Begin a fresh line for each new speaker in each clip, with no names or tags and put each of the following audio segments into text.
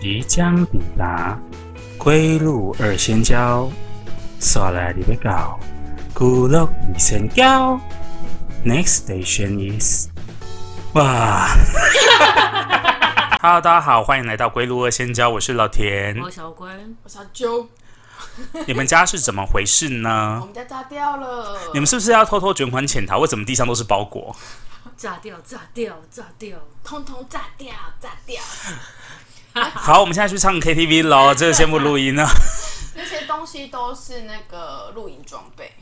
即将抵达归路二仙交，刷来你要到古乐二仙交。Next station is，哇 ！Hello，大家好，欢迎来到归路二仙交，我是老田。
我哦小龟，
我小揪，
你们家是怎么回事呢
我？们家炸掉了。
你们是不是要偷偷卷款潜逃？为什么地上都是包裹？
炸掉，炸掉，炸掉！
通通炸掉，炸掉！
好，我们现在去唱 KTV 喽，这个先不录音了。
那些东西都是那个露营装备，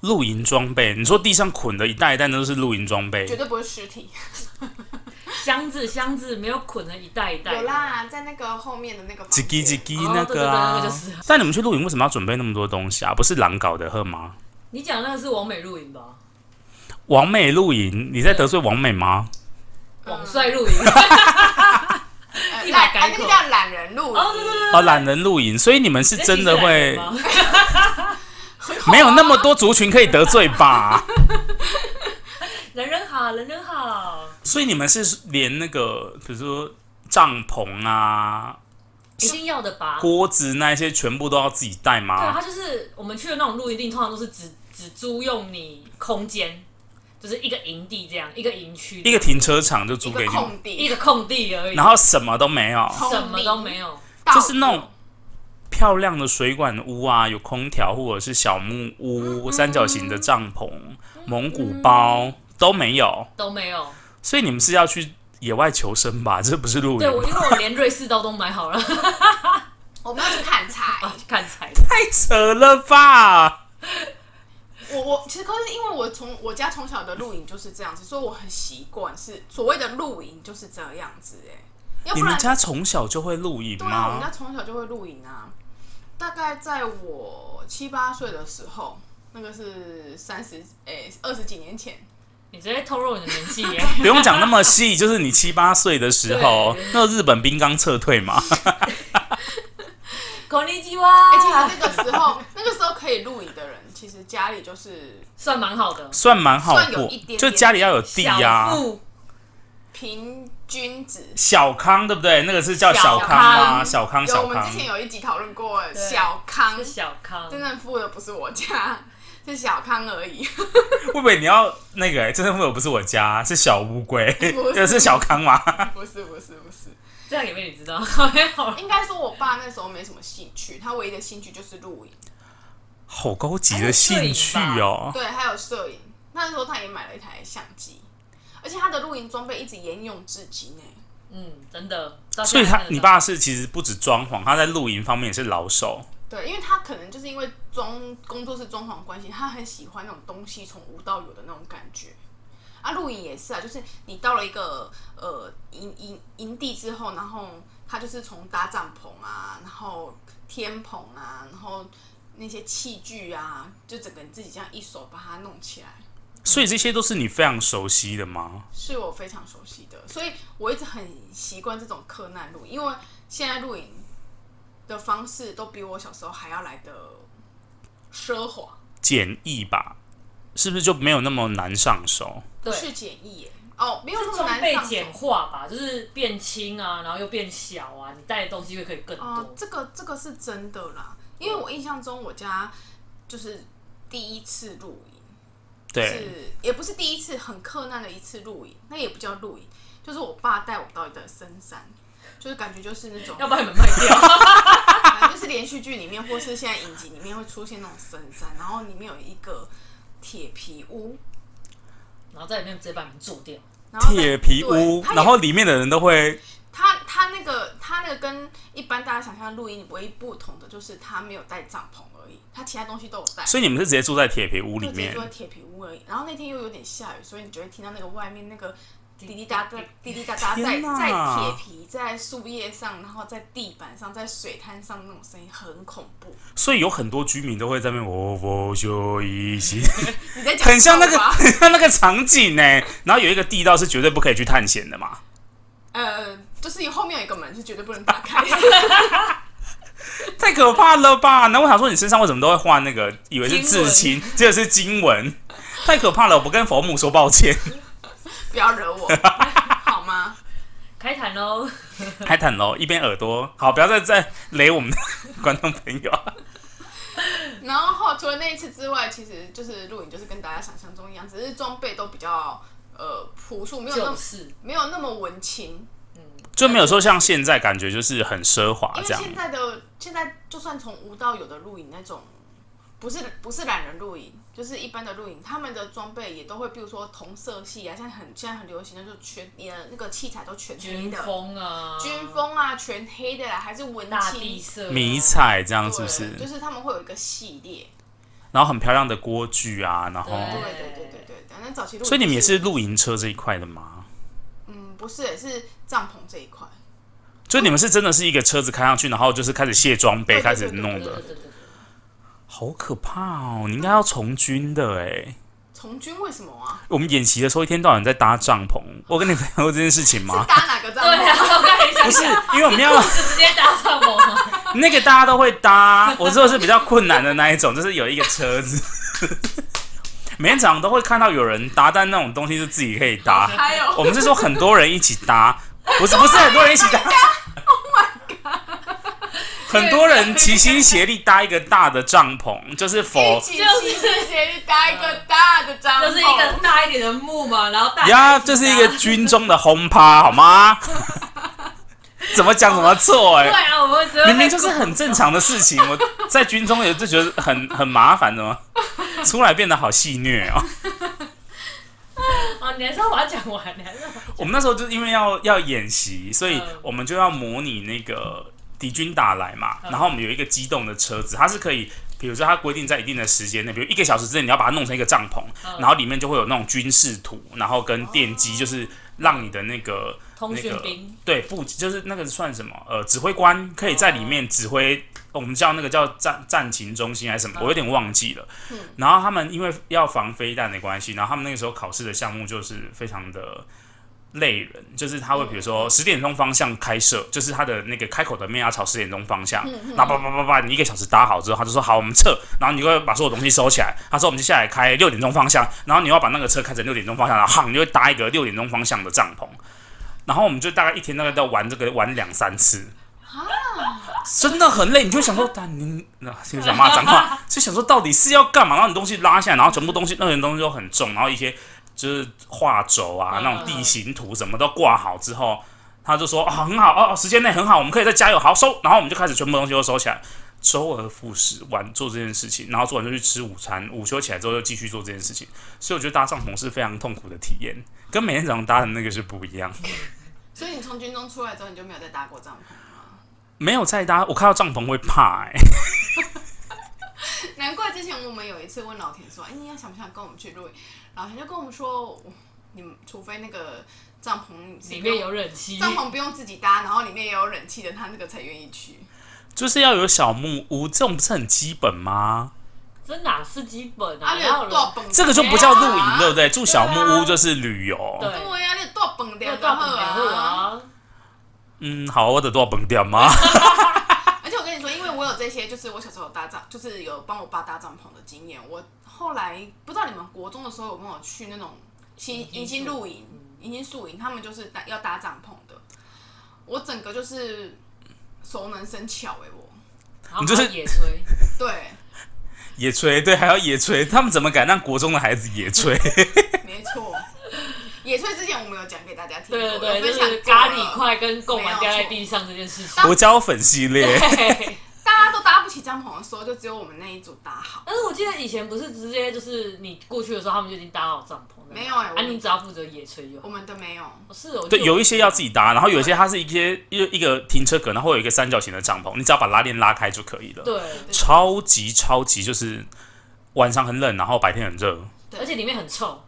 露营装备，你说地上捆的一袋一袋那都是露营装备
绝，对不是尸体。
箱子箱子没有捆成一袋一袋。
有，啦，在那个后面的那个房
几
间
滴几滴
哦
那个啊。
对对对那个就是
但你们去露营为什么要准备那么多东西啊？不是狼搞的，呵吗？
你讲那个是王美露营吧？
王美露营，你在得罪王美吗？
嗯
网帅露营。
呃
一百
懒，啊
改
那
口
个叫懒人露
哦，对
营，
对对
哦，懒人露营，所以你们是
对，
真的会
那其实懒人吗
没有那么多族群可以得罪吧？
人人好，人人好。
所以你们是连那个，比如说帐篷啊、
一定要的 吧？对
锅子那一些，全部都要自己带
啊，
吗？
它就是我们去的那种露营地，通常都是只只租用你空间，就是一个营地这样，一个营区，
一个停车场就租
一
给你
个
们，
空 地，
一个空地而已，
然后什么都没有。
什么都没有。
到
就是那种漂亮的水管屋啊，有空调或者是小木
嗯
屋、三角形的帐篷、蒙古包都没有，
都没有，
所以你们是要去野外求生吧？ 这不是露
对
营
我，因为我连瑞士刀都买好了，
我们要去砍柴
我。要去看彩的。
太扯了吧？
我我其实可是因为我从我家从小的露营就是这样子，所以我很习惯是所谓的露营就是这样子哎、要
你
不
们
然
家从小就会露营
对啊，我们家
吗？
从小就会露营啊。大概在我七八岁的时候，那个是三十诶二十几年前，
你直接透露你的年纪 耶！
不用讲那么细，就是你七八岁的时候
对，
那日本兵刚撤退嘛，
こんにち
哎、
啊
は，
其实那个时候 那个时候可以露营的人，其实家里就是
算蛮好的。
算蛮好
算有
过
一点，点
就家里要有地啊呀、
小富
平均值。
小康对不对？那个是叫小
小
康吗？
康
小康，
有
小
我们
康
之。前有一集讨论过
对
小康
是，小康，
真正富的不是我家， 是小康而已。
会不会你要那个、欸？真的会有不是我家，是小乌龟，
是
这是小康吗？
不是不是不是，
这样也被你知道， 没有
应该说我爸那时候没什么兴趣，他唯一的兴趣就是露营，
好高级的兴趣哦、
对，还有摄影。那时候他也买了一台相机，而且他的露营装备一直沿用至今呢。欸
嗯，真的。到
所以
现
他
在看，得
你
到
爸是其实不止装潢，他在露营方面也是老手。
对，因为他可能就是因为装工作室装潢关系，他很喜欢那种东西从无到有的那种感觉。啊，露营也是啊，就是你到了一个呃营营营地之后，然后他就是从搭帐篷啊，然后天棚啊，然后那些器具啊，就整个你自己这样一手把它弄起来，
所以这些都是你非常熟悉的吗？
是我非常熟悉的，所以我一直很习惯这种客难露营，因为现在露营的方式都比我小时候还要来的奢华。
简易吧，是不是就没有那么难上手？
不
对
是简易耶，哦，没有那
是
么
装
难
备
上
简
手。
化吧，就是变轻啊，然后又变小啊，你带的东西就可以更
哦、
多。
这个这个是真的啦，因为我印象中我家就是第一次露营，
对，
是也不是第一次很困难的一次露营，那也不叫露营，就是我爸带我到的深山，就是感觉就是那种
要，把你们卖掉，
反正就是连续剧里面或是现在影集里面会出现那种深山，然后里面有一个铁皮屋，
然后在里面直接把你们做掉。
然后在
铁皮屋
对，它也
然后里面的人都会
他他那个他那个跟一般大家想象的露营唯一不同的就是他没有带帐篷而已，他其他东西都有带，
所以你们是直接住在铁皮屋里
就只
面
是，说铁皮屋而已。然后那天又有点下雨，所以你就会听到那个外面那个滴滴答答、滴滴答答在
天哪
在铁皮、在树叶上，然后在地板上、在水滩上那种声音很恐怖。
所以有很多居民都会在那边喔喔修一起，
你在讲
很像那个
什么啊
很像那个场景呢、然后有一个地道是绝对不可以去探险的嘛。
呃，就是后面有一个门是绝对不能打开的，
太可怕了吧！然后我想说，你身上为什么都会画那个，以为是刺青，结果是经文， 太可怕了！我跟佛母说抱歉。
不要惹我，好吗？
开坛喽！
开坦喽，一边耳朵，好，不要再再雷我们的 观众朋友啊。
然后后除了那一次之外，其实就是露营，就是跟大家想象中一样，只是装备都比较呃朴素，没有那
就
么
是
没有那么文青。
就没有说像现在感觉就是很奢华
因为
这样。
现在的现在，就算从无到有的露营那种，不是不是懒人露营，就是一般的露营，他们的装备也都会，比如说同色系啊，现在很现在很流行的就是全你的那个器材都全黑
军
的，
风啊，
军风啊，全黑的啦，还是文
大地
青，
色啊
迷彩这样是
对
不是？
就是他们会有一个系列，
然后很漂亮的锅具啊，然后
对
对对对对对，反正早期露营，
所以你们也是，露营车这一块的吗？
嗯，不是，是帐篷这一块，
就你们是真的是一个车子开上去，然后就是开始卸装备，
对对
开始弄
对对
的，
对对对，
好可怕哦！你应该要从军的哎。
从军为什么啊？
我们演习的时候一天到晚在搭帐篷，我跟你分享过这件事情
是
吗？
搭哪个 帐
对
篷？
啊，我刚才想
不是，因为我们要
就直接搭上我吗？
那个大家都会搭，我说的是比较困难的那一种，就是有一个车子。每天早上都会看到有人搭，但那种东西是自己可以搭。
还 有
我们是说很多人一起搭，不是不是很多人一起搭。很多人齐心协力搭一个大的帐篷，就是
一
否
起
就是
齐心协力搭一个大的帐篷，
就是一个大一点的木嘛，然后大
呀，这是一个军中的轰趴，好吗？怎么讲怎么错哎、
对啊，我们只会
明明就是很正常的事 情。我在军中也就觉得很 很麻烦，怎么出来变得好戏虐哦？
哦，你还是要把它讲完，你还是要把它
我们那时候就是因为要要演习，所以
嗯
我们就要模拟那个敌军打来嘛。
嗯
然后我们有一个机动的车子，它是可以，比如说它规定在一定的时间内，比如一个小时之内你要把它弄成一个帐篷，
嗯哦
然后里面就会有那种军事图，然后跟电机，就是让你的那个
通
那
讯
个
兵
对部就是那个算什么呃指挥官可以在里面指挥。我们叫那个叫战战情中心还是什么，我有点忘记了。
嗯
嗯然后他们因为要防飞弹的关系，然后他们那个时候考试的项目就是非常的累人，就是他会比如
嗯
说十点钟方向开射，就是他的那个开口的面要朝十点钟方向，
嗯
那叭叭叭叭，你一个小时搭好之后，他就说好，我们撤，然后你就会把所有东西收起来。他说我们接下来开六点钟方向，然后你要把那个车开成六点钟方向，然后 夯，你就会搭一个六点钟方向的帐篷。然后我们就大概一天大概都玩这个玩两三次，真的很累，你就想说，但你那就想骂脏话，就想说到底是要干嘛？然后你东西拉下来，然后全部东西那些东西都很重，然后一些就是画轴啊，
嗯
那种地形图什么都挂好之后，他就说啊、很好哦，时间内很好，我们可以再加油，好收。然后我们就开始全部东西都收起来，周而复始玩做这件事情，然后做完就去吃午餐，午休起来之后又继续做这件事情。所以我觉得搭帐篷是非常痛苦的体验，跟每天早上搭的那个是不一样。
所以你从军中出来之后，你就没有再搭过帐篷，
没有再搭，我看到帐篷会怕哎、
难怪之前我们有一次问老田说：“哎、你要想不想跟我们去露营？”老田就跟我们说：“你们除非那个帐篷是
里
不用
面有冷气，
帐篷不用自己搭，然后里面也有冷气的，他那个才愿意去。
就是要有小木屋，这种不是很基本吗？
这哪是基本
啊，
啊？
你
哪有
有多
冷？
蹦？
这个就不叫露
啊
营，对不对？住小木屋就是旅游。
对
对啊呀、你有多蹦
要
掉就
到
好
很凉
啊！
啊！
嗯，好，我的多少崩掉 吗？
而且我跟你说，因为我有这些，就是我小时候有搭帐，就是有帮我爸搭帐篷的经验。我后来不知道你们国中的时候有没有去那种新迎
迎
新
新
露营、迎新宿营，他们就是搭要搭帐篷的。我整个就是熟能生巧哎、我
然后
你就是
还有 野炊，
对，
野炊，对，还要野炊，他们怎么敢让国中的孩子野炊？
没错。野炊之前我们有讲给大家听过，
对对
有
对，就
分享
是
过啊
咖喱
了
块跟贡丸掉在地上这件事情。
国椒粉系列，
对，
大家都搭不起帐篷的时候，就只有我们那一组搭好。
但是我记得以前不是直接就是你过去的时候，他们就已经搭好帐篷了。
没有欸我
啊，你只要负责野炊就
我
好。
们的没有，
是哦，
对，
就
有一些要自己搭，然后有一些它是一些一一个停车格，然后会有一个三角形的帐篷，你只要把拉链拉开就可以了。
对，
超级超级就是晚上很冷，然后白天很热，
对
而且里面很 臭。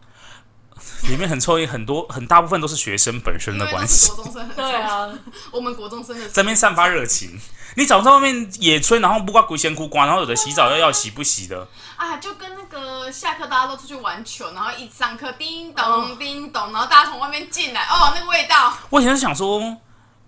里面很臭，很多很大部分都是学生本身
因
的
为都
关
是
系。
国中生，
对，啊，
我们国中生的时
在那边散发热情。你早上在外面野炊，然后不刮鬼仙哭瓜，然后有的洗澡要要洗不洗的，
候啊，就跟那个下课大家都出去玩球，然后一上课叮
哦
咚叮咚，然后大家从外面进来，哦，那个味道，
我以前是想说，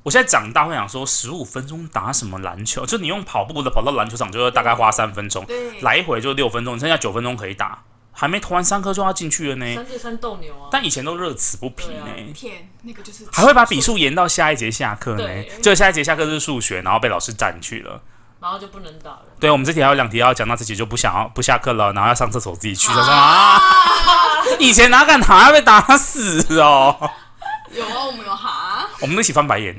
我现在长大会想说，十五分钟打什么篮球？就你用跑步的跑到篮球场，就要大概花三分钟，
对，
来回就六分钟，剩下九分钟可以打，还没投完三颗就要进去了呢。
三对三斗牛啊，
但以前都乐此不疲呢、
对啊
天，那个就是
还会把笔数延到下一节下课呢
对。
就下一节下课是数学，然后被老师占去了。
然后就不能打了。
对我们这题还有两题要讲，那这题就不想要不下课了，然后要上厕所自己去。他说啊，
啊，
以前哪敢打，被打死哦。
有啊，我们有哈，
我们都一起翻白眼。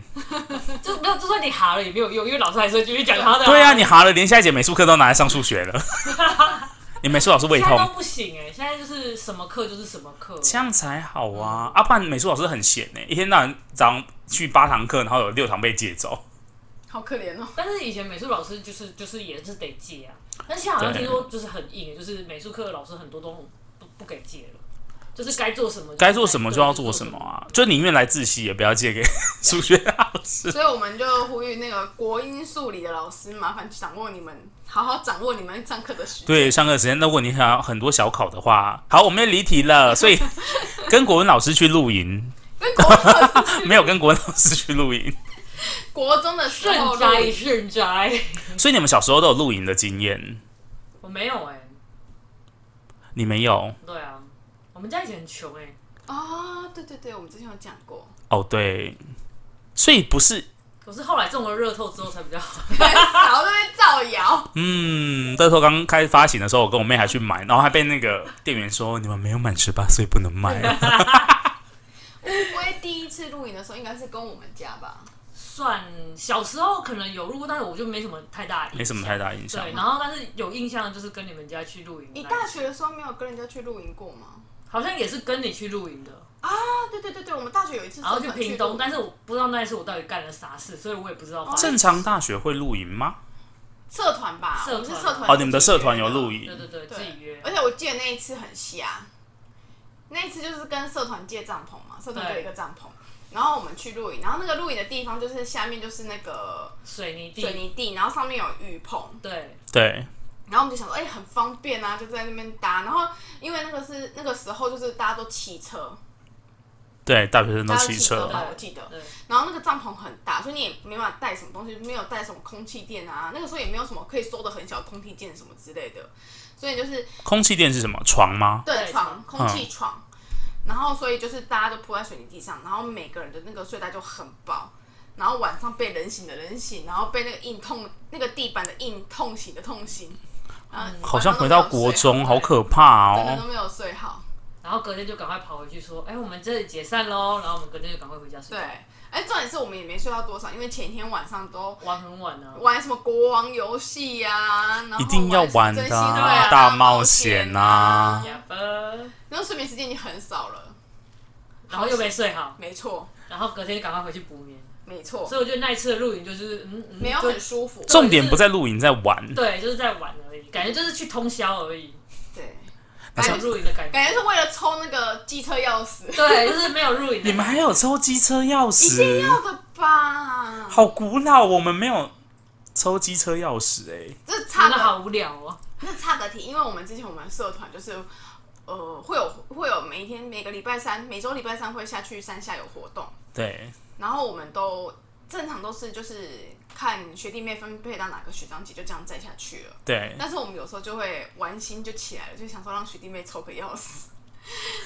就没有，就算你哈了也没有用，因为老师还是会继续讲他的、
对啊，你哈了，连下一节美术课都拿来上数学了。你美术老师胃
现在都
痛，
不行哎、现在就是什么课就是什么课，
这样才好啊。阿、啊、不然美术老师很闲呢、一天到晚早上去八堂课，然后有六堂被借走。
好可怜哦。
但是以前美术老师就是就是也是得借啊，但现在好像听说就是很硬，就是美术课的老师很多都不不给借了，就是该做什么
该做什么就要做什么。啊，就宁愿来自习也不要借给 数学老师。
所以我们就呼吁那个国英数理的老师，麻烦掌握你们，好好掌握你们上课的时间。
对，上课时间，如果你想要很多小考的话，好，我们又离题 了，所以跟国文老师去露营，
跟国中
没有跟国文老师去露营，
国中的时候
圣
录
哉圣哉，
所以你们小时候都有露营的经验，
我没有哎、
你没有？
对啊，我们家以前很穷哎、
啊，对对对，我们之前有讲过，
哦，对，所以不是，
我是后来中了热透之后才比较好。
然哎后在那边造谣，
嗯，那时候刚开始发行的时候，我跟我妹还去买，然后还被那个店员说你们没有满十八岁不能买，
乌龟第一次录影的时候应该是跟我们家吧，
算小时候可能有录过，但是我就没什么太大印象
没什么太大影响
对，。然后但是有印象的就是跟你们家去露营那一
你
次，
大学的时候没有跟人家去露营过吗？
好像也是跟你去露营的，
啊，对对对对，我们大学有一次
然后去
社团
屏东，
露
但是我不知道那一次我到底干了啥事，所以我也不知道发生。
正常大学会露营吗？
社团吧，
社团
我们是社团
哦，你们的社团有露
营，
营
对，对对，自己约
对，。哎而且我记得那一次很瞎，那一次就是跟社团借帐篷嘛，社团就有一个帐篷。然后我们去露营，然后那个露营的地方就是下面就是那个
水泥地，
水泥地，然后上面有雨棚，
对，
对，
然后我们就想说，哎、很方便啊，就在那边搭。然后因为那个是那个时候就是大家都骑车，
对，大学生都
大家
骑
车
车，
吧，我记得。
对，
然后那个帐篷很大，所以你也没办法带什么东西，没有带什么空气垫啊，那个时候也没有什么可以收的很小的空气垫什么之类的，所以就是
空气垫是什么？床吗？
对
对
床空气床，然后所以就是大家都铺在水泥地上，然后每个人的那个睡袋就很薄。然后晚上被人醒的人醒，然后被那个硬痛那个地板的硬痛醒的痛醒，啊，
嗯好像回到国中，好可怕
真的都
哦！
没有睡好。
然后隔天就赶快跑回去说，哎，我们这里解散喽，然后我们隔天就赶快回家睡
对
觉，，
哎，重点是我们也没睡到多少，因为前一天晚上都
玩很晚啊呢。
玩什么国王游戏呀，然后
一定要玩
什么
的
真心
啊
对啊
大
大
冒
冒
险
险
啊
加分，
然后睡眠时间已经很少了，
然后又没睡好，
没错，
然后隔天就赶快回去补眠。
没错
所，以我觉得那一次的露营就是，嗯，嗯
没有
就
很舒服，
重点不在露营，在玩。
对，就是在玩而已，感觉就是去通宵而已，
对，
没
哎
有入营的感觉。
感觉是为了抽那个机车钥匙，
对，就是没有入营的感觉。
你们还有抽机车钥
一定
匙，
要的吧？
好古老，我们没有抽机车钥匙哎、
这差
真的
个
好无聊哦。
这差个题，因为我们之前我们社团就是。呃，会有会有每一天每个礼拜三，每周礼拜三会下去山下有活动，
对，
然后我们都正常都是就是看学弟妹分配到哪个学长姐，就这样载下去了。
对，
但是我们有时候就会玩心就起来了，就想说让学弟妹抽个钥匙。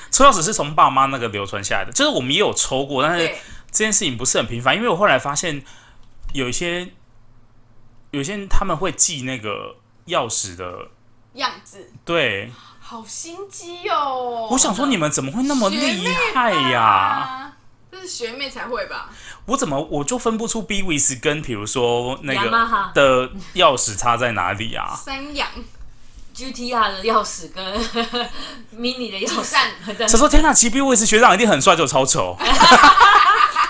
抽钥匙是从爸妈那个流传下来的，就是我们也有抽过，但是
对，
这件事情不是很频繁，因为我后来发现有一些有一些人他们会寄那个钥匙的，
样子
对，
好心机哦。
我想说你们怎么会那么厉害呀、
啊，这是学妹才会吧？
我怎么我就分不出 B w i s 跟比如说那个
Yamaha
的钥匙插在哪里啊？
三养
GTR 的钥匙跟 Mini 的钥
几扇
匙，对
想说天哪，其实 B w i s 学长一定很帅，就超 丑，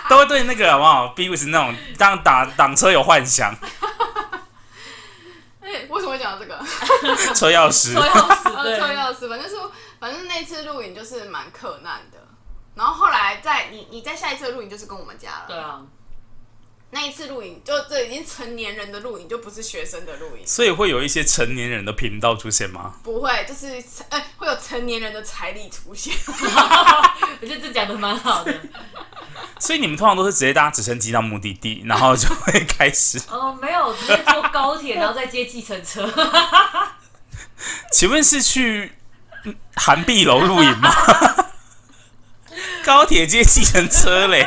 都会对那个好不好？B w i s 那种当打挡车有幻 想，
哎、为什么会讲到这个？
车钥匙
抽钥匙，
啊，抽
对，
钥匙，反正是反正那次录影就是蛮可难的。然后后来在你你在下一次的录影就是跟我们家了，
对 啊，
那一次录影就这已经成年人的录影，就不是学生的录影，
所以会有一些成年人的频道出现吗？
不会就是哎、会有成年人的彩礼出现。
我觉得这讲的蛮好的。
所以你们通常都是直接搭直升机到目的地，然后就会开始。
哦，没有，直接 坐高铁，然后再接计程车。
请问是去嗯韩碧楼露营吗？ 高铁接计程车嘞，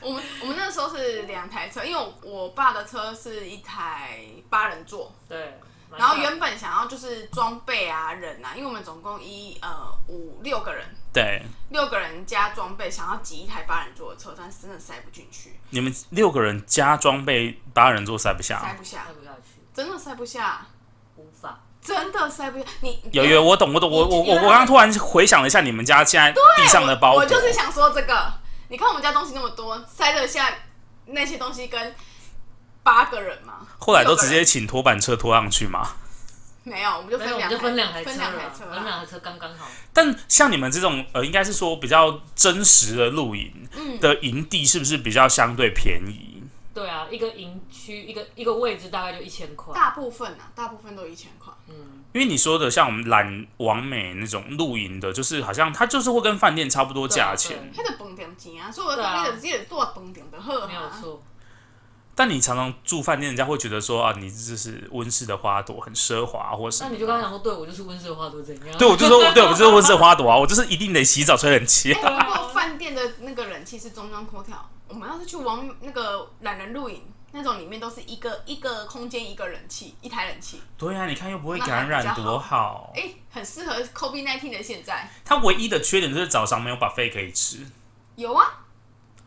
我们我们那时候是两台车，因为我我爸的车是一台八人座，
对。
嗯
蛮
然后
大
原本想要就是装备啊人啊，因为我们总共一呃五六个人，
对，
六个人加装备，想要挤一台八人座的车，但是真的塞不进去，
你们六个人加装备，八人座塞不
塞
下。
不下
看，不下去，
真的塞不下，
无法。
真的塞不下。你你
有有，我懂，我懂，我我
你你
我我刚突然回想了一下，你们家现在地上的包
我
裹，
就是想说这个，你看我们家东西那么多，塞得下那些东西跟八个人吗？
后来都
六个
直
人
接请拖板车拖上去嘛。
没有，我们就
没
分
有，我
两
们就分两台车
分两台车啊
了，分两
啦。
台车刚刚好。
但像你们这种呃，应该是说比较真实的露营的营地，是不是比较相对便宜？
对啊，一个营区，一个一个位置大概就一千块。
大部分啊，大部分都一千块。
因为你说的像我们懒王美那种露营的，就是好像它就是会跟饭店差不多价钱。
对
他的饭店钱啊，所以我
对啊
讲你就直接做饭店就好啊。
没有错，
但你常常住饭店，人家会觉得说啊，你这是温室的花朵，很奢华，或是
那你就刚才讲说，对我就是温室的花朵怎样？
对我就说，对我就是温室的花朵啊，我就是一定得洗澡吹冷气啊、
哎、不过饭店的那个冷气是中央空调，我们要是去往那个懒人露营那种，里面都是一个一个空间一个冷气，一台冷气，
对啊，你看又不会
那还
感染
比，较
多好
哦
哎、。很适合 COVID 1 9的现在。
它唯一的缺点就是早上没有把肺可以吃。
有啊，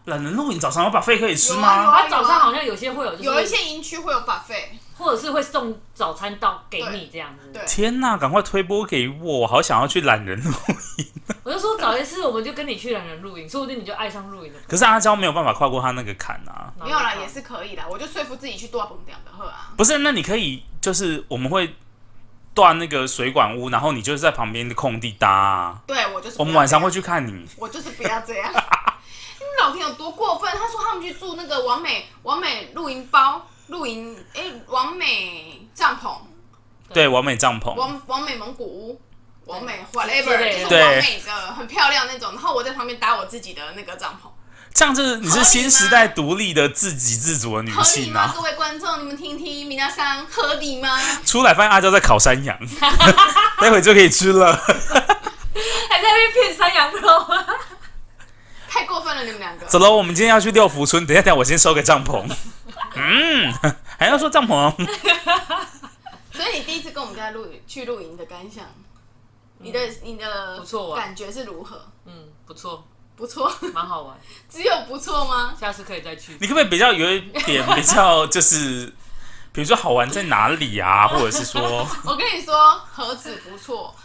懒人露营早上有把肺可以吃
有啊有
吗？
啊
他早上好像有些会有，就是
有一些营区会有 buffet，
或者是会送早餐到给你这样子。
对，
天呐，赶快推播给我，我好想要去懒人露。
我就说早一次我们就跟你去懒人露营，说不定你就爱上露营了。
可是阿娇没有办法跨过他那个坎啊。
没有啦，也是可以啦。我就说服自己去做饭店的喝啊。
不是，那你可以就是我们会断那个水管屋，然后你就是在旁边的空地搭、啊。
对我就是不要
我们晚上
这样
会，去看你。
我就是不要这样。 你们老天有多过分？他说他们去住那个完美完美露营包、露营哎、完美帐篷、
对，完美帐篷。
完完美蒙古屋、完美
之
whatever，
类的
就是
对
完美的很漂亮那种。然后我在旁边搭我自己的那个帐篷，
这样就是你是新时
啊
代独立的自给自足的女
合理
性
吗？
啊
各！位观众，你们听听，米娜桑合理吗？
出来发现阿娇在烤山 羊，待会就可以吃了。
还在那边骗山羊肉啊！
太过分了，你们两个。
走了，我们今天要去六福村。等一下，等一下，我先收个帐篷。嗯，还要说帐篷？
所以你第一次跟我们家露营去露营的感想，你的你的
不错啊
感觉是如何？
嗯，不错，
不错，
蛮好玩，
只有不错吗？
下次可以再去。
你可不可以比较有一点比较就是，比如说好玩在哪里啊，或者是说，
我跟你说，何止不错，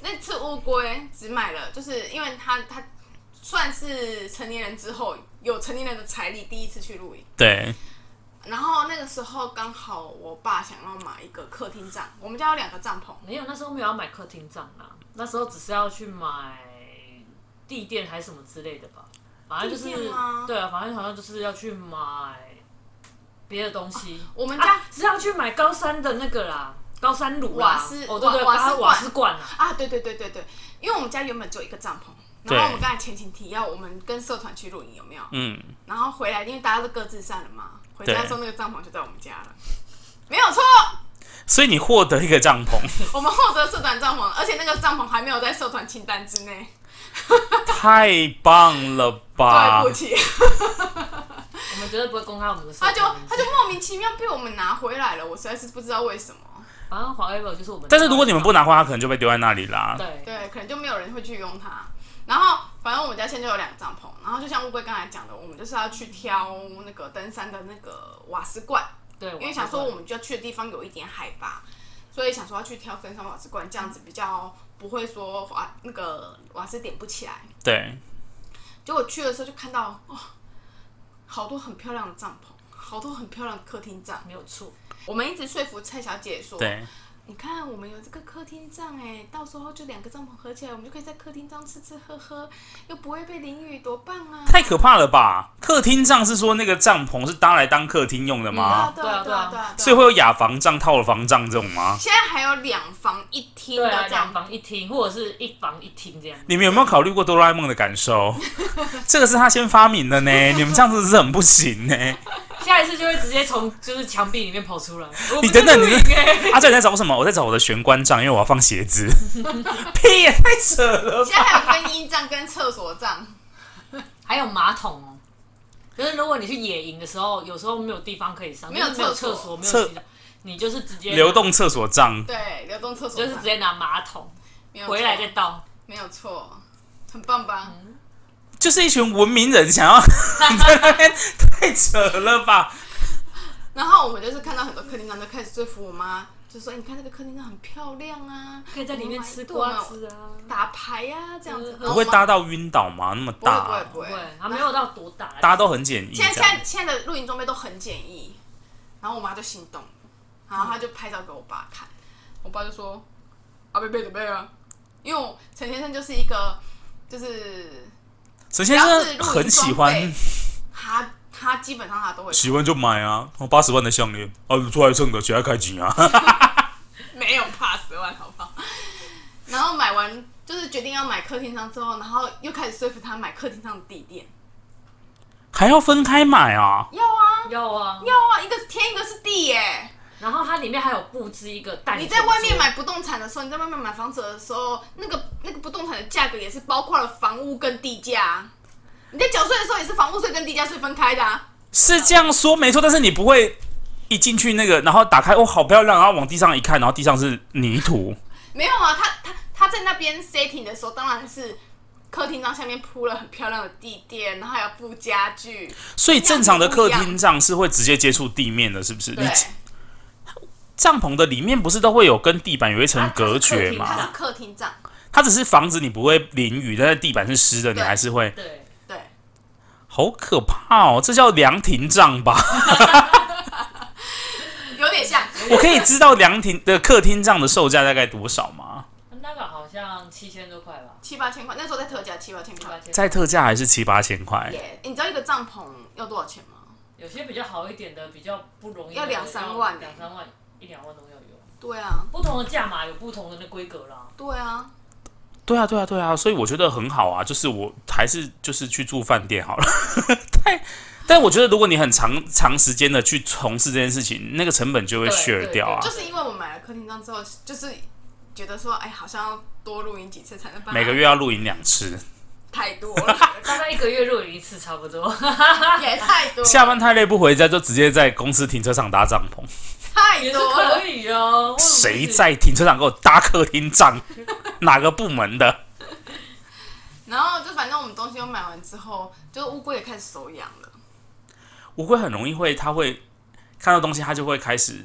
那次乌龟只买了，就是因为他他算是成年人之后有成年人的财力，第一次去露营。
对，
然后那个时候刚好我爸想要买一个客厅帐，我们家有两个帐篷，
没有，那时候没有要买客厅帐啊，那时候只是要去买地垫还是什么之类的吧。反正就
地
是
垫吗
对啊，反正好像就是要去买别的东西。
我们家
啊，是要去买高山的那个啦，高山炉啦
瓦斯
哦对对，
瓦
高
瓦斯罐
瓦斯罐啊，
啊，对对对对对，因为我们家原本就有一个帐篷，
对
然后我们刚才前情提要，我们跟社团去露营有没有？
嗯，
然后回来，因为大家都各自散了嘛，回家
对
的时候那个帐篷就在我们家了，没有错，
所以你获得一个帐篷，
我们获得社团帐篷，而且那个帐篷还没有在社团清单之内，
太棒了吧
对不？起，
我们绝对不会公开我们的社
他
团
就
名字。
他就莫名其妙被我们拿回来了，我实在是不知道为什么，
反正 forever 就是我们的高山。
但是如果你们不拿回来，它可能就被丢在那里啦。
对，
对，可能就没有人会去用它。然后反正我们家现在就有两个帐篷，然后就像乌龟刚才讲的，我们就是要去挑那个登山的那个瓦斯罐。
对，
因为想说我们就要去的地方有一点海拔，所以想说要去挑登山瓦斯罐，这样子比较不会说瓦那个瓦斯点不起来。
对，
结果去的时候就看到哦，好多很漂亮的帐篷，好多很漂亮的客厅帐。
没有错，
我们一直说服蔡小姐说，
对，
你看我们有这个客厅帐哎，到时候就两个帐篷合起来，我们就可以在客厅帐吃吃喝喝，又不会被淋雨，多棒啊！
太可怕了吧？客厅帐是说那个帐篷是搭来当客厅用的吗？
对啊对啊对啊对啊！
所以会有雅房帐、套房帐这种吗？
现在还有两房一厅
对啊，
的帐
两
篷。
房一厅或者是一房一厅这样。
你们有没有考虑过哆 啦 A 梦的感受？这个是他先发明的呢，你们这样子是很不行呢。
下一次就会直接从就是墙壁里面跑出来。我
你等等
不是
你
录影欸
阿啊正你在找我什么？我在找我的玄关杖，因为我要放鞋子。 屁也太扯了吧！
现在还有更衣帐跟厕所帐，
还有马桶哦。就是如果你去野营的时候，有时候没有地方可以上，
没有
就是没有厕
厕
所，
所
没有
厕
洗澡，你就是直接拿
流，动厕所杖，
对，流动厕所
就是
帐
直接拿马桶
没有错
回来再倒。
没有错，很棒吧？
就是一群文明人想要 在那边，太扯了吧！
然后我们就是看到很多客厅帐，就开始说服我妈，就说：“你看这个客厅帐很漂亮啊，
可以在里面吃
我
瓜
们买一顿啊
子啊，
打牌啊，这样子。”
不
不会啊搭到晕倒吗？那么
不会
大，
不会不
不
会
会，，它没有到多大啦，
大家都很简易这
现在现
样
在。现在的露营装备都很简易，然后我妈就心动了，然后她就拍照给我爸看，我爸就说：“啊，贝贝准备啊！”因为我陈先生就是一个，就是
沈
只
先
要是
生
露营
很喜
装备
欢，
他他基本上他都会
喜欢就买啊，八十万的项链啊，出来蹭的，谁还开机啊？
没有怕十万，好不好？ 然后买完就是决定要买客厅上之后，然后又开始说服他买客厅上的地垫。
还要分开买啊？
要啊，
有啊。
要啊，一个是天，一个是地耶、
然后它里面还有布置一个蛋。
你在外面，买不动产的时候，你在外面买房子的时候，那个那个不动产的价格也是包括了房屋跟地价啊。你在缴税的时候也是房屋税跟地价税分开的啊。
是这样说没错，但是你不会一进去那个，然后打开哦，好漂亮，然后往地上一看，然后地上是泥土，
没有啊，他他他在那边 setting 的时候，当然是客厅上下面铺了很漂亮的地垫，然后还有附家具。
所以正常的客厅帐是会直接接触地面的，是不是？你
对，
帐篷的里面不是都会有跟地板有一层
啊它是
隔绝
客厅
吗
帐？
它是客厅帐，
它只是房子你不会淋雨，但是地板是湿的，你
对
还是会
对，
对。
好可怕哦！这叫凉亭帐吧？
有点像，
我可以知道凉亭的客厅帐的售价大概多少吗？
那个好像七千多块吧，
七八千块，那时候在特价七八千
七八
块。
千。
在特价还是七八千
哎
块？
耶你知道一个帐篷要多少钱吗？
有些比较好一点的，比较不容易的，
要两三万
要两三万欸一两万都要有。
对啊，
不同的价码有不同的那规格啦。
对啊，
对啊，对啊，对啊，所以我觉得很好啊，就是我还是就是去住饭店好了。 太，但我觉得如果你很长长时间的去从事这件事情，那个成本就会
对
share
对
掉啊
就
对。
是因为我买了客厅帐之后，就是觉得说，哎，好像要多露营几次才能把它
每个月要露营两次，
太多 了，
大概一个月露营一次差不 多，
也太多，
下班太累不回家，就直接在公司停车场搭帐篷。
太
也是
多啊了
可。以哦。为什么不行
谁？在停车场给我搭客厅帐？ 哪个部门的？
然后就反正我们东西都买完之后，就乌龟也开始手痒了。
我会很容易会，他会看到东西，他就会开始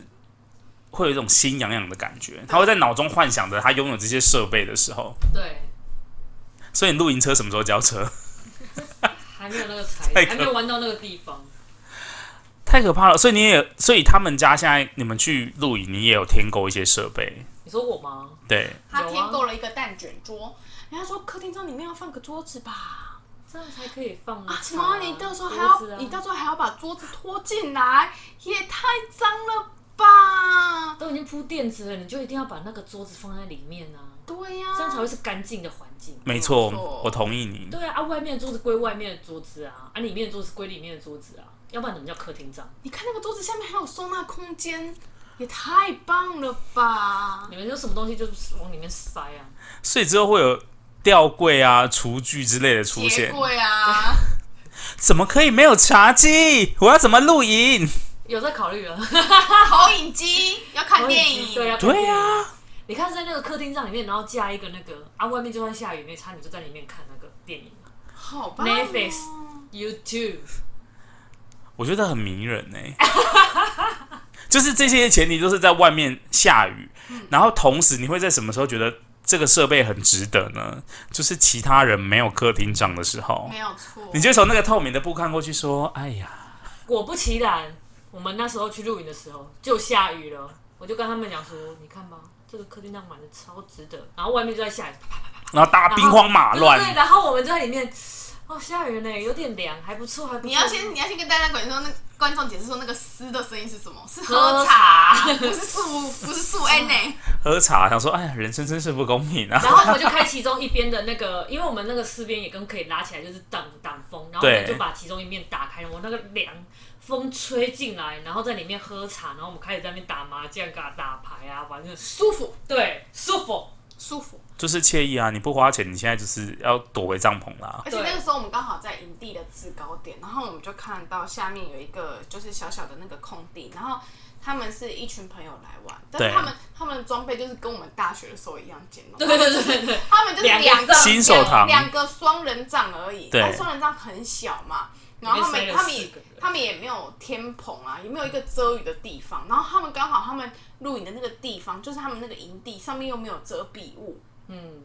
会有一种心痒痒的感觉，他会在脑中幻想着他拥有这些设备的时候。
对，
所以你露营车什么时候交车？
还没有那个财
太
力，
可
还没有玩到那个地方。
太可怕了！所以你也，所以他们家现在你们去露营，你也有添购一些设备，
你说我吗？
对，
他
有啊
添购了一个蛋卷桌，人家说客厅帐里面要放个桌子吧？
这样才可以放
啊，什
什
么？你到时候还要，
啊
你到时候还要把桌子拖进来，也太脏了吧？
都已经铺垫子了，你就一定要把那个桌子放在里面啊，
对呀、
这样才会是干净的环境。
没错
没错，
我同意你。
对啊，啊，外面的桌子归外面的桌子啊，啊，里面的桌子归里面的桌子啊，要不然怎么叫客厅帐？
你看那个桌子下面还有收纳空间，也太棒了吧！
你们有什么东西就是往里面塞啊？
所以之后会有吊柜啊、厨具之类的出
鞋
现，
柜啊，
怎么可以没有茶几？我要怎么露营？
有在考虑了，
啊投影机要看电影，
对啊，
对啊，
你看在那个客厅帐里面，然后架一个那个啊，外面就算下雨没差，你就在里面看那个电影啊
好棒、哦。
Netflix、YouTube，
我觉得很迷人呢、 就是这些前提都是在外面下雨，
嗯
然后同时你会在什么时候觉得这个设备很值得呢？就是其他人没有客厅帐的时候
没，有错
你。就从那个透明的布看过去，说：“哎呀。”
果不其然，我们那时候去露营的时候就下雨了，我就跟他们讲说，你看吧，这个客厅帐买的超值得，然后外面就在下雨，啪啪
然后大家兵荒马
对对，
啊乱，
然后我们就在里面，哦，下雨呢，有点凉，还不错，还不错。
你要先，你要先跟大家观众那观众解释说那个嘶的声音是什么？是
喝
喝茶，嗯不是素，不是素 N 呢、
喝茶，想说，哎呀，人生真是不公平啊！
然后我们就开其中一边的那个，因为我们那个四边也跟可以拉起来，就是挡挡风，然后我们
对
就把其中一面打开，我那个凉风吹进来，然后在里面喝茶，然后我们开始在那边打麻将、打打牌啊，反正
舒服
对舒服。
舒服。
就是惬意啊！你不花钱，你现在就是要躲回帐篷啦。
而且那
对
个时候我们刚好在营地的制高点，然后我们就看到下面有一个就是小小的那个空地，然后他们是一群朋友来玩，但
对
是他们他们的装备就是跟我们大学的时候一样简陋，
对对对对
他们就是
两
两
个
个
新手堂
两个双人帐而已，
对
但双人帐很小嘛，然后他
里
们
面塞了
他们
四
也
个人
他们也没有天棚啊，也没有一个遮雨的地方，然后他们刚好他们露营的那个地方就是他们那个营地上面又没有遮蔽物，
嗯，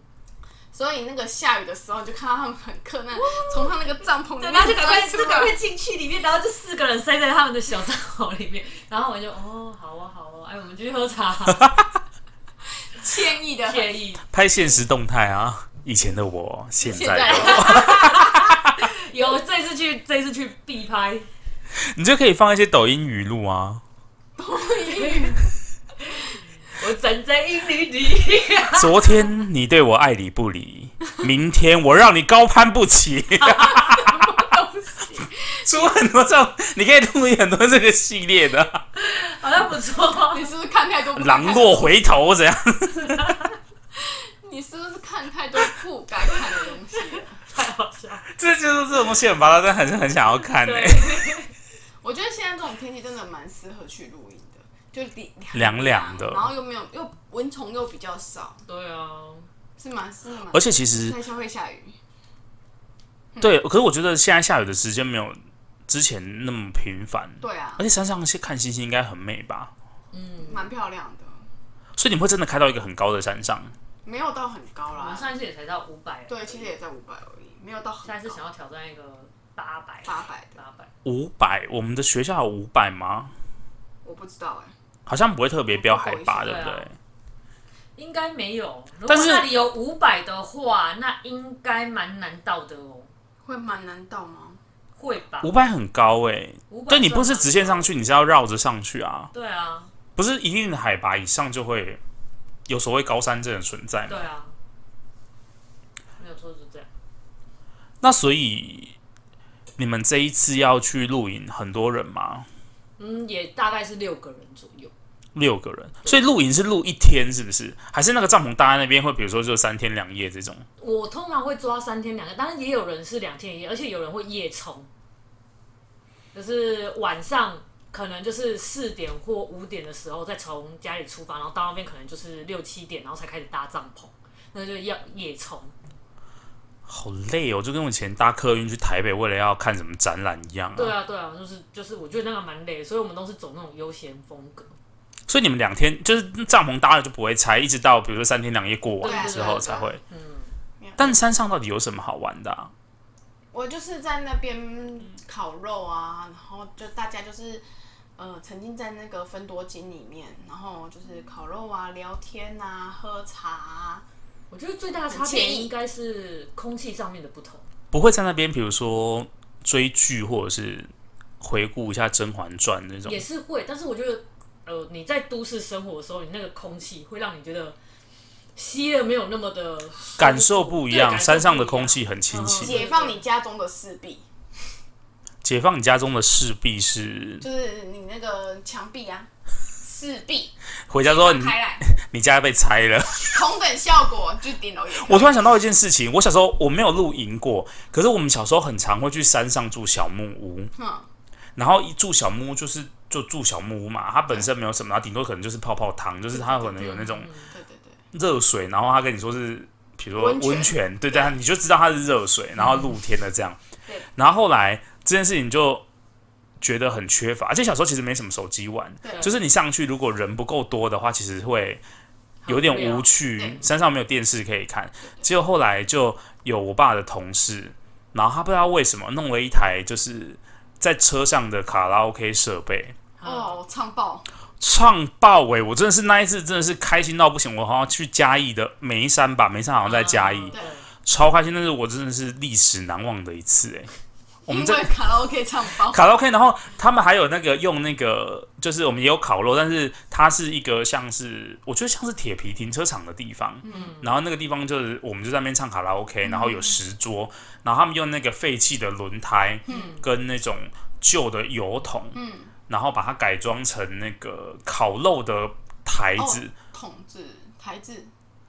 所以那个下雨的时候，你就看到他们很困难，从他那个帐篷里
对，
面
然后就赶快
钻出
就赶快
来。
进去里面，然后就四个人塞在他们的小帐篷里面，然后我们就哦好啊好啊，哎我们去喝茶，
惬意的，
惬意。
拍现实动态啊！以前的我，现
现
在
在
的我
有这次去这次去必拍，
你就可以放一些抖音语录啊，
我站在阴里 里，
昨天你对我爱理不理，明天我让你高攀不起。 出很多这种，你可以录很多这个系列的 啊、
好像不错。
你是不是看太多？
狼若，回头怎样？
你是不是看太多不该看的东西了？
太好笑了。
这就是这种东西很烦，但很很想要看呢、欸
对，
我觉得现在这种天气真的蛮适合去露营的，就比
凉凉的
然后又没有又蚊虫又比较少，
对啊，
是蛮适合蛮。
而且其实
在下会下雨，
对，可是我觉得现在下雨的时间没有之前那么频繁，
对啊
而，且山上看星星应该很美吧？
蛮漂亮的，
所以你会真的开到一个很高的山上，
没有到很高
我们
啦。
上一次也才到五百，
对，其实也在五百而已，没有到很高。
下一次想要挑战一个八百，
八百的，
八百，
五百，我们的学校有五百吗？
我不知道哎、
好像不会特别标海拔，
不
对
会
不对？
应该没有。如果
但是
那里有五百的话，那应该蛮难到的哦，
会蛮难到吗？
会吧？
五百很高哎、
啊五百，啊
对你不是直线上？去，你是要绕着上去啊，
对啊，
不是一定的海拔以上就会有所谓高山症的存在嘛
对？啊，没有错，是这样。
那所以你们这一次要去露营，很多人吗？
嗯，也大概是六个人左右。
六个人，所以露营是露一天，是不是？还是那个帐篷搭在那边，会比如说就三天两夜这种？
我通常会抓三天两夜，当然也有人是两天一夜，而且有人会夜冲，就是晚上可能就是四点或五点的时候再从家里出发，然后到那边可能就是六七点，然后才开始搭帐篷，那就要夜冲。
好累哦，就跟我以前搭客运去台北，为了要看什么展览一样、
对，啊，对啊，就是就是，我觉得那个蛮累，所以我们都是走那种悠闲风格。
所以你们两天就是帐篷搭了就不会拆，一直到比如说三天两夜过
对
完
啊
之后才会。
嗯，
但山上到底有什么好玩的、啊？
我就是在那边烤肉啊，然后就大家就是呃沉浸在那个分多金里面，然后就是烤肉啊、聊天啊、喝茶啊。
我觉得最大的差
很惬
别
意
应该是空气上面的不同。
不会在那边，比如说追剧或者是回顾一下《甄嬛传》那种
也。是会，但是我觉得，呃，你在都市生活的时候，你那个空气会让你觉得吸的没有那么的舒服
感受不一样
对感受
山上的
不一样
空气很清新
嗯
解放你家中的四壁，
解放你家中的势必是
就是你那个墙壁啊，四壁
回家之后你
开来，
你家被拆 了。
同等效果，就顶楼也可以
我突然想到一件事情，我小时候我没有露营过，可是我们小时候很常会去山上住小木屋，
嗯
然后一住小木屋就是就住小木屋嘛，它本身没有什么，它顶多可能就是泡泡汤，就是它可能有那种
对对对，
热水，然后他跟你说是，比如说
温泉
温泉，对对，你就知道它是热水，然后露天的这样
对。
然后后来这件事情就觉得很缺乏，而且小时候其实没什么手机玩
对，
就是你上去如果人不够多的话，其实会有点无趣
对，
山上没有电视可以看。结果后来就有我爸的同事，然后他不知道为什么弄了一台就是在车上的卡拉 OK 设备，
啊嗯
哦，唱爆，
创爆哎、我真的是那一次真的是开心到不行，我好像去嘉义的眉山吧，眉山好像在嘉义，
嗯
对
超开心，但是我真的是历史难忘的一次哎、我
因
们在
为卡拉 OK 唱爆，
卡拉 OK，然后他们还有那个用那个，就是我们也有烤肉，但是它是一个像是我觉得像是铁皮停车场的地方，嗯，然后那个地方就是我们就在那边唱卡拉 OK，然后有十桌，然后他们用那个废弃的轮胎，嗯，跟那种旧的油桶，
嗯，
然后把它改装成那个烤肉的台子，
筒子、台子，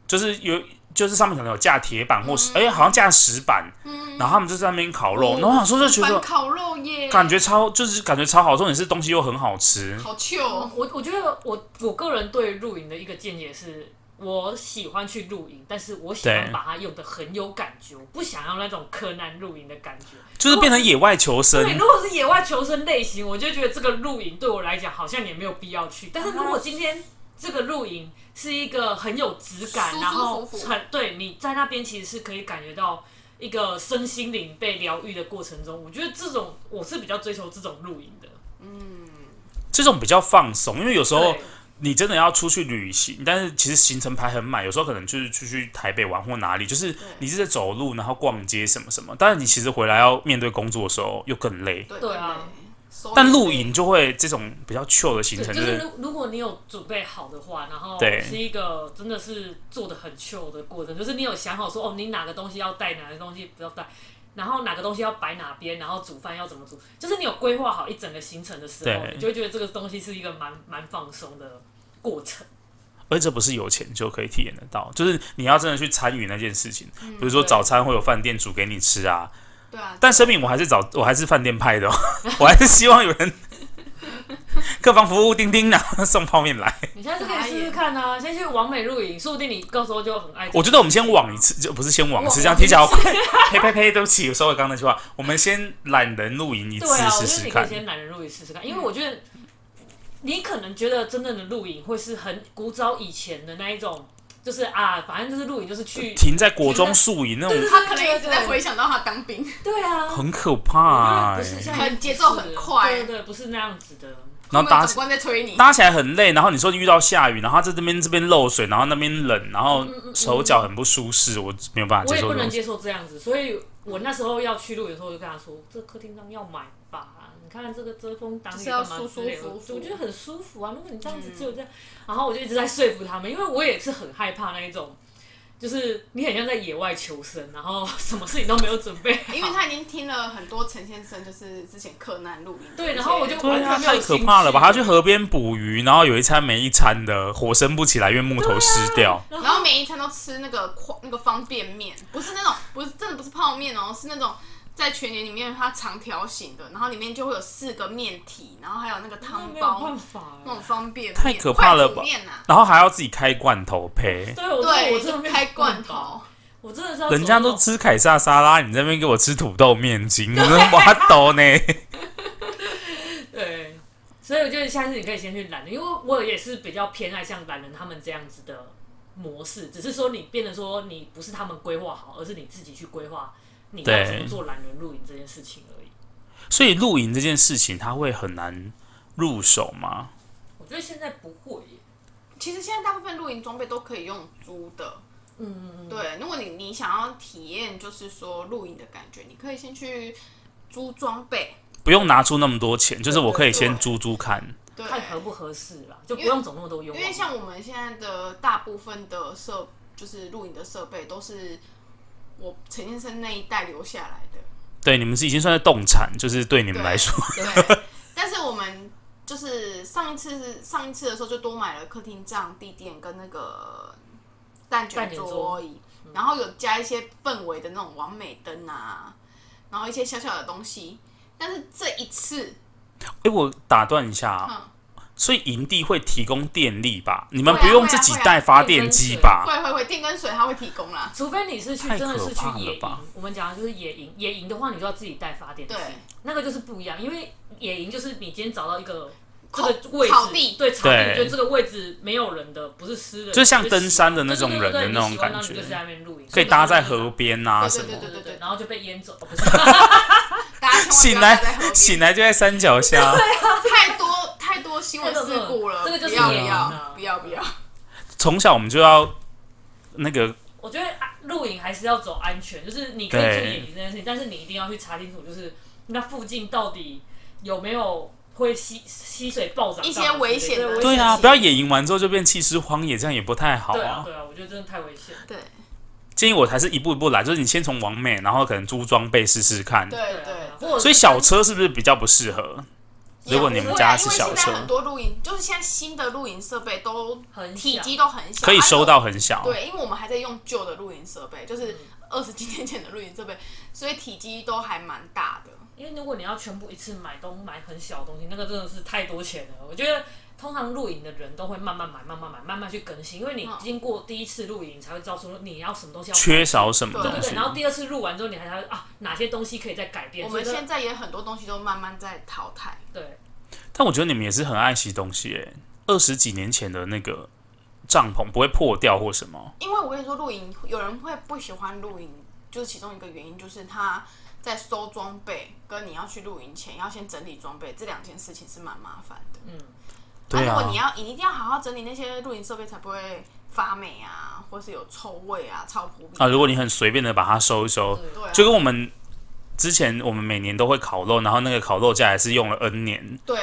就是有就是上面可能有架铁板
嗯
或是哎、好像架石板，然后他们就在那边烤肉，然后我想说就觉
板
得
嗯哦烤肉耶，
感觉超就是感觉超好，重点是东西又很好吃，
好 Q 哦。
我我觉得我我个人对露营的一个见解是，我喜欢去露营，但是我喜欢
对
把它用的很有感觉，我不想要那种柯南露营的感觉。
就是变成野外求
对，
生
如。果是野外求生类型，我就觉得这个露营对我来讲好像也没有必要去。
哦
但是如果今天这个露营是一个很有质感，
舒舒
然后
服服
很对你在那边其实是可以感觉到一个身心灵被疗愈的过程中，我觉得这种我是比较追求这种露营的。
这种比较放松，因为有时候
对
你真的要出去旅行，但是其实行程排很满，有时候可能就是出去台北玩或哪里，就是你是在走路，然后逛街什么什么，但是你其实回来要面对工作的时候又更累。
对
对啊，
收
但
一
露
杯
营就会这种比较 chill 的行
对，
程，
就
就是是
如如果你有准备好的话，然后
对
是一个真的是做的很 chill 的过程，就是你有想好说哦，你哪个东西要带，哪个东西不要带，然后哪个东西要摆哪边，然后煮饭要怎么煮，就是你有规划好一整个行程的时候，
对
你就会觉得这个东西是一个蛮蛮放松的过程。
而哎这不是有钱就可以体验得到，就是你要真的去参与那件事情。比如说
对
早餐会有饭店煮给你吃啊，
对啊，
但声明我还是早我还是饭店派的、哦，我还是希望有人 客房服务叮叮啊送泡面来。
你现在就可以试试看啊，先去完美露营，说不定你到时候就很爱这个东西。
我觉得我们先网一次，就不是先网一次，
网
这样听起来好快。呸呸呸，对不起，我收回刚刚那句话。我们先懒人露营一次
对啊，我
试
觉得
试
你可
看
以。先懒人露营试试看，因
嗯
为我觉得你可能觉得真正的露营会是很古早以前的那一种，就是啊，反正就是露营就是 去，
停在国中宿营那种
他可能一直在回想到他当兵，
对啊，
很可怕、
不是
欸，
像
很节奏很快
对对对，不是那样子的。
然后搭
他们长官在催你，
搭起来很累，然后你说遇到下雨，然后他在这边这边漏水，然后那边冷，然
嗯
后手脚很不舒适，我没有办法啊
我
接
也
受
不
这
能
种。
接受这样子，所以我那时候要去露营的时候，我就跟他说，这客厅上要买吧。你看这个遮风挡雨
就是要
干嘛
舒
之类的
舒服服
我觉得很舒服啊。如果你这样
嗯
子只有这样，然后我就一直在说服他们，因为我也是很害怕那一种，就是你很像在野外求生，然后什么事情都没有准备好，
因为他已经听了很多陈先生就是之前柯南露营的一些，
对然后我就
对啊，
完全没
太
有
可
兴趣
怕了吧！他去河边捕鱼，然后有一餐没一餐的，火生不起来，因为木头
啊
湿掉。
然
然后每一餐都吃那个宽那个方便面，不是那种不是真的不是泡面哦，是那种在全年里面它长条形的，然后里面就会有四个面体，然后还有那个 汤
没有
包
办法欸
那种方便面，
太可怕了吧
快煮面呐、
然后还要自己开罐头配，
对，我真的我
对，
真的
就
没有
开罐
办法
头，，
我真的是要
人家
走那
都
种
吃凯撒沙拉，你这边给我吃土豆面筋，我真挖抖呢。
对，所以我觉得下次你可以先去懒人，因为我也是比较偏爱像懒人他们这样子的模式，只是说你变得说你不是他们规划好，而是你自己去规划你要
对
怎么做懒人露营这件事情而已。
所以露营这件事情，它会很难入手吗？
我觉得现在不会耶，
其实现在大部分露营装备都可以用租的。嗯，对，如果你你想要体验就是说露营的感觉，你可以先去租装备，
不用拿出那么多钱，就是我可以先租租看。
对，
看合不合适啦，就不用总那么多用。
因为像我们现在的大部分的设，就是录影的设备都是我陈先生那一代留下来的，
对，你们是已经算是动产，就是对你们
对
来说，
对。但是我们就是上一次上一次的时候就多买了客厅帐、地垫跟那个蛋卷
蛋卷桌
桌椅，然后有加一些氛围的那种完美灯啊，然后一些小小的东西。但是这一次，
哎、我打断一下啊、
嗯，
所以营地会提供电力吧？你们
会啊
不用
会啊
自己
会啊
带发电机吧？
会会会，电跟水它会提供啦，
除非你是去
太
真的是
可
去
怕
野
了
营
吧，
我们讲的就是野营。野营的话，你就要自己带发电机
对，
那个就是不一样。因为野营就是你今天找到一个这个位置，
草地
对草地，
对
就这个位置没有人的，不是私人，
就是像
喜
登山的那种
对对对
人的那种感觉
你喜欢那你就在那边露营，
可以搭在河边啊
对
什
对
么
对
对。
对对，
对
然后就被 淹走，哦不是
大家千万
醒
不要待在河
来，
边
醒来就在山脚下。
太多太多新闻事故了，
这个就是
不要不
野营
啊
要不要不要，
从小我们就要那个
我觉得啊露营还是要走安全，就是你可以做
对
野营这件事情，但是你一定要去查清楚，就是那附近到底有没有会溪溪水暴涨
一些
到你
危
之类
险的
危
对
啊
啊，
是
不要野营完之后就变弃尸荒野，这样也不太好
对啊
啊。
对啊，我觉得真的太危险了。
对，
建议我还是一步一步来，就是你先从完美，然后可能租装备试试看。
对
对
对
啊，或者
所以小车是不是比较不适合？
也
如果你们家是
不
小
会啊因为现
车
在，很多露营就是现在新的露营设备都
很小
体积都很小，
可以
啊
收到。很小。
对，因为我们还在用旧的露营设备，
嗯
就是二十几年前的露营设备，所以体积都还蛮大的。
因为如果你要全部一次买东买很小的东西，那个真的是太多钱了。我觉得通常露营的人都会慢慢买、慢慢买、慢慢去更新，因为你
嗯
经过第一次露营，你才会知道说你要什么东西要
缺少什么
对
对
东
对
西
对，？然后第二次录完之后，你还才会啊哪些东西可以再改变。
我们
所以
现在也很多东西都慢慢在淘汰。
这对
但我觉得你们也是很爱惜东西、欸，二十几年前的那个帐篷不会破掉或什么。
因为我跟你说，露营有人会不喜欢露营，就是其中一个原因就是他在收装备跟你要去露营前要先整理装备这两件事情是蛮麻烦的。
对
如
啊
果，你要你一定要好好整理那些露营设备，才不会发霉啊，或是有臭味啊、超扑鼻
啊，如果你很随便的把它收一收，
对啊
就跟我们之前我们每年都会烤肉，然后那个烤肉架也是用了 N 年，
对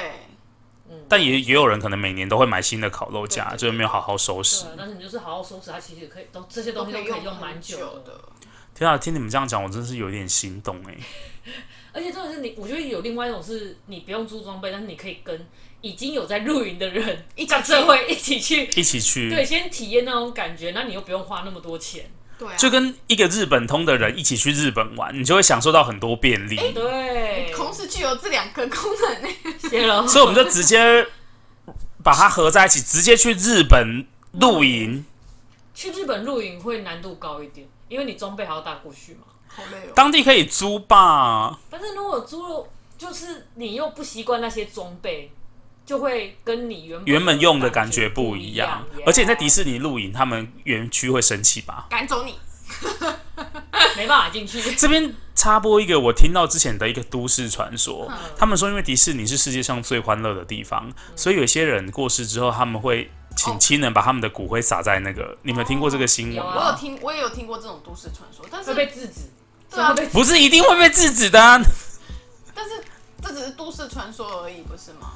但也也有人可能每年都会买新的烤肉
对
架，
对
就是没有好好收拾
对，。但是你就是好好收拾，它其实可以都这些
都
东西都可以
用
用蛮
很
久的。
的。
天啊，听你们这样讲，我真是有点心动 哎、
而且真的是你，我觉得有另外一种是你不用租装备，但是你可以跟已经有在露营的人
一起
像
去
这会一起
嗯
去，
一起去，
对，先体验那种感觉，那你又不用花那么多钱。
对啊，
就跟一个日本通的人一起去日本玩，你就会享受到很多便利。
对，
同时具有这两个功能 呢、
谢了。
所以我们就直接把它合在一起，直接去日本露
哦
营。
去日本露营会难度高一点，因为你装备还要带过去嘛。
好累哦。
当地可以租吧？
但是如果租了，就是你又不习惯那些装备，就会跟你原本
原本用的感觉
觉
不
一
一样，
Yeah
而且你在迪士尼露营，他们园区会生气吧？
赶走你，
没办法 进去。
这边插播一个，我听到之前的一个都市传说，
嗯
他们说因为迪士尼是世界上最欢乐的地方，所以有些人过世之后，他们会请亲人把他们的骨灰撒在那个。你们有听过这个新闻
有
吗？
啊
我有听，我也有听过这种都市传说，但
会
是
被制止，
对啊
会被制
不是一定会被制止的啊、
但是这只是都市传说而已，不是吗？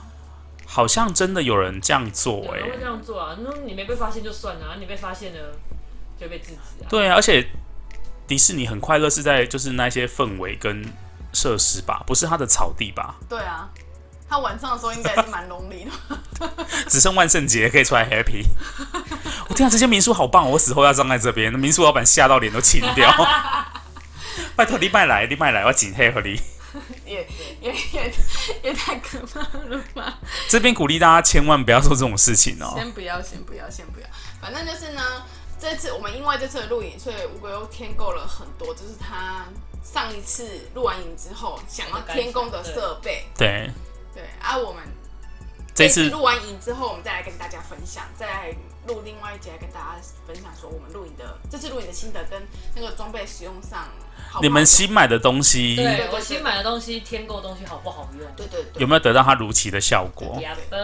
好像真的有人这样做
止，有
哎、
人会这样做啊。那你没被发现就算了、啊，你被发现了就被制止啊。
对啊，而且迪士尼很快乐是在就是那些氛围跟设施吧，不是它的草地吧，
对啊，他晚上的时候应该是蛮 lonely 的。
只剩万圣节可以出来 happy。我天啊，这些民宿好棒哦，我死后要葬在这边。那民宿老板吓到脸都青掉。 拜托，你卖来，你卖来，我请黑和你。
也也也也太可怕了吧！
这边鼓励大家千万不要做这种事情哦。
先不要，先不要，先不要。反正就是呢，这次我们因为这次的录影，所以乌龟又添购了很多，就是他上一次录完影之后想要添购的设备。
对，
对啊，我们
这
哎
次
录完影之后，我们再来跟大家分享，再来录另外一节来跟大家分享说我们录影的这次录影的心得跟那个装备使用上好不好
你们新买的东西
对
对
我新买的东西，添购的东西好不好用？
对对对
有没有得到它如期的效果？
呀啵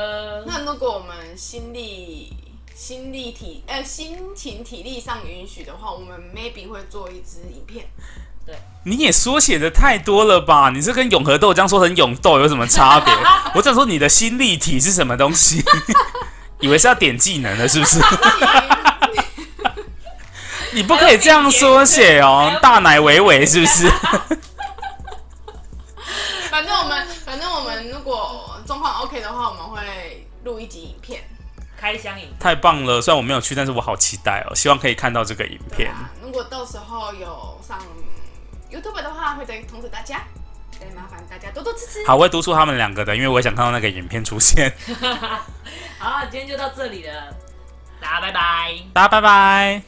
那如果我们心力、心力体呃心情、体力上允许的话，我们 maybe 会做一支影片。
你也缩写的太多了吧？你这跟永和豆浆说成永豆有什么差别？ 我想说你的新立体是什么东西？ 以为是要点技能的，是不是？你不可以这样缩写
还
哦
有，
大奶维维是不是？
反正我们，反正我们如果状况 OK 的话，我们会录一集影片。
开箱影
太棒了！虽然我没有去，但是我好期待哦，希望可以看到这个影
对
片。
啊，如果到时候有上 YouTube 的话，会再通知大家。对，麻烦大家多多支持。
好，我会督促他们两个的，因为我也想看到那个影片出现。
好，今天就到这里了，大家拜拜。
大家拜拜。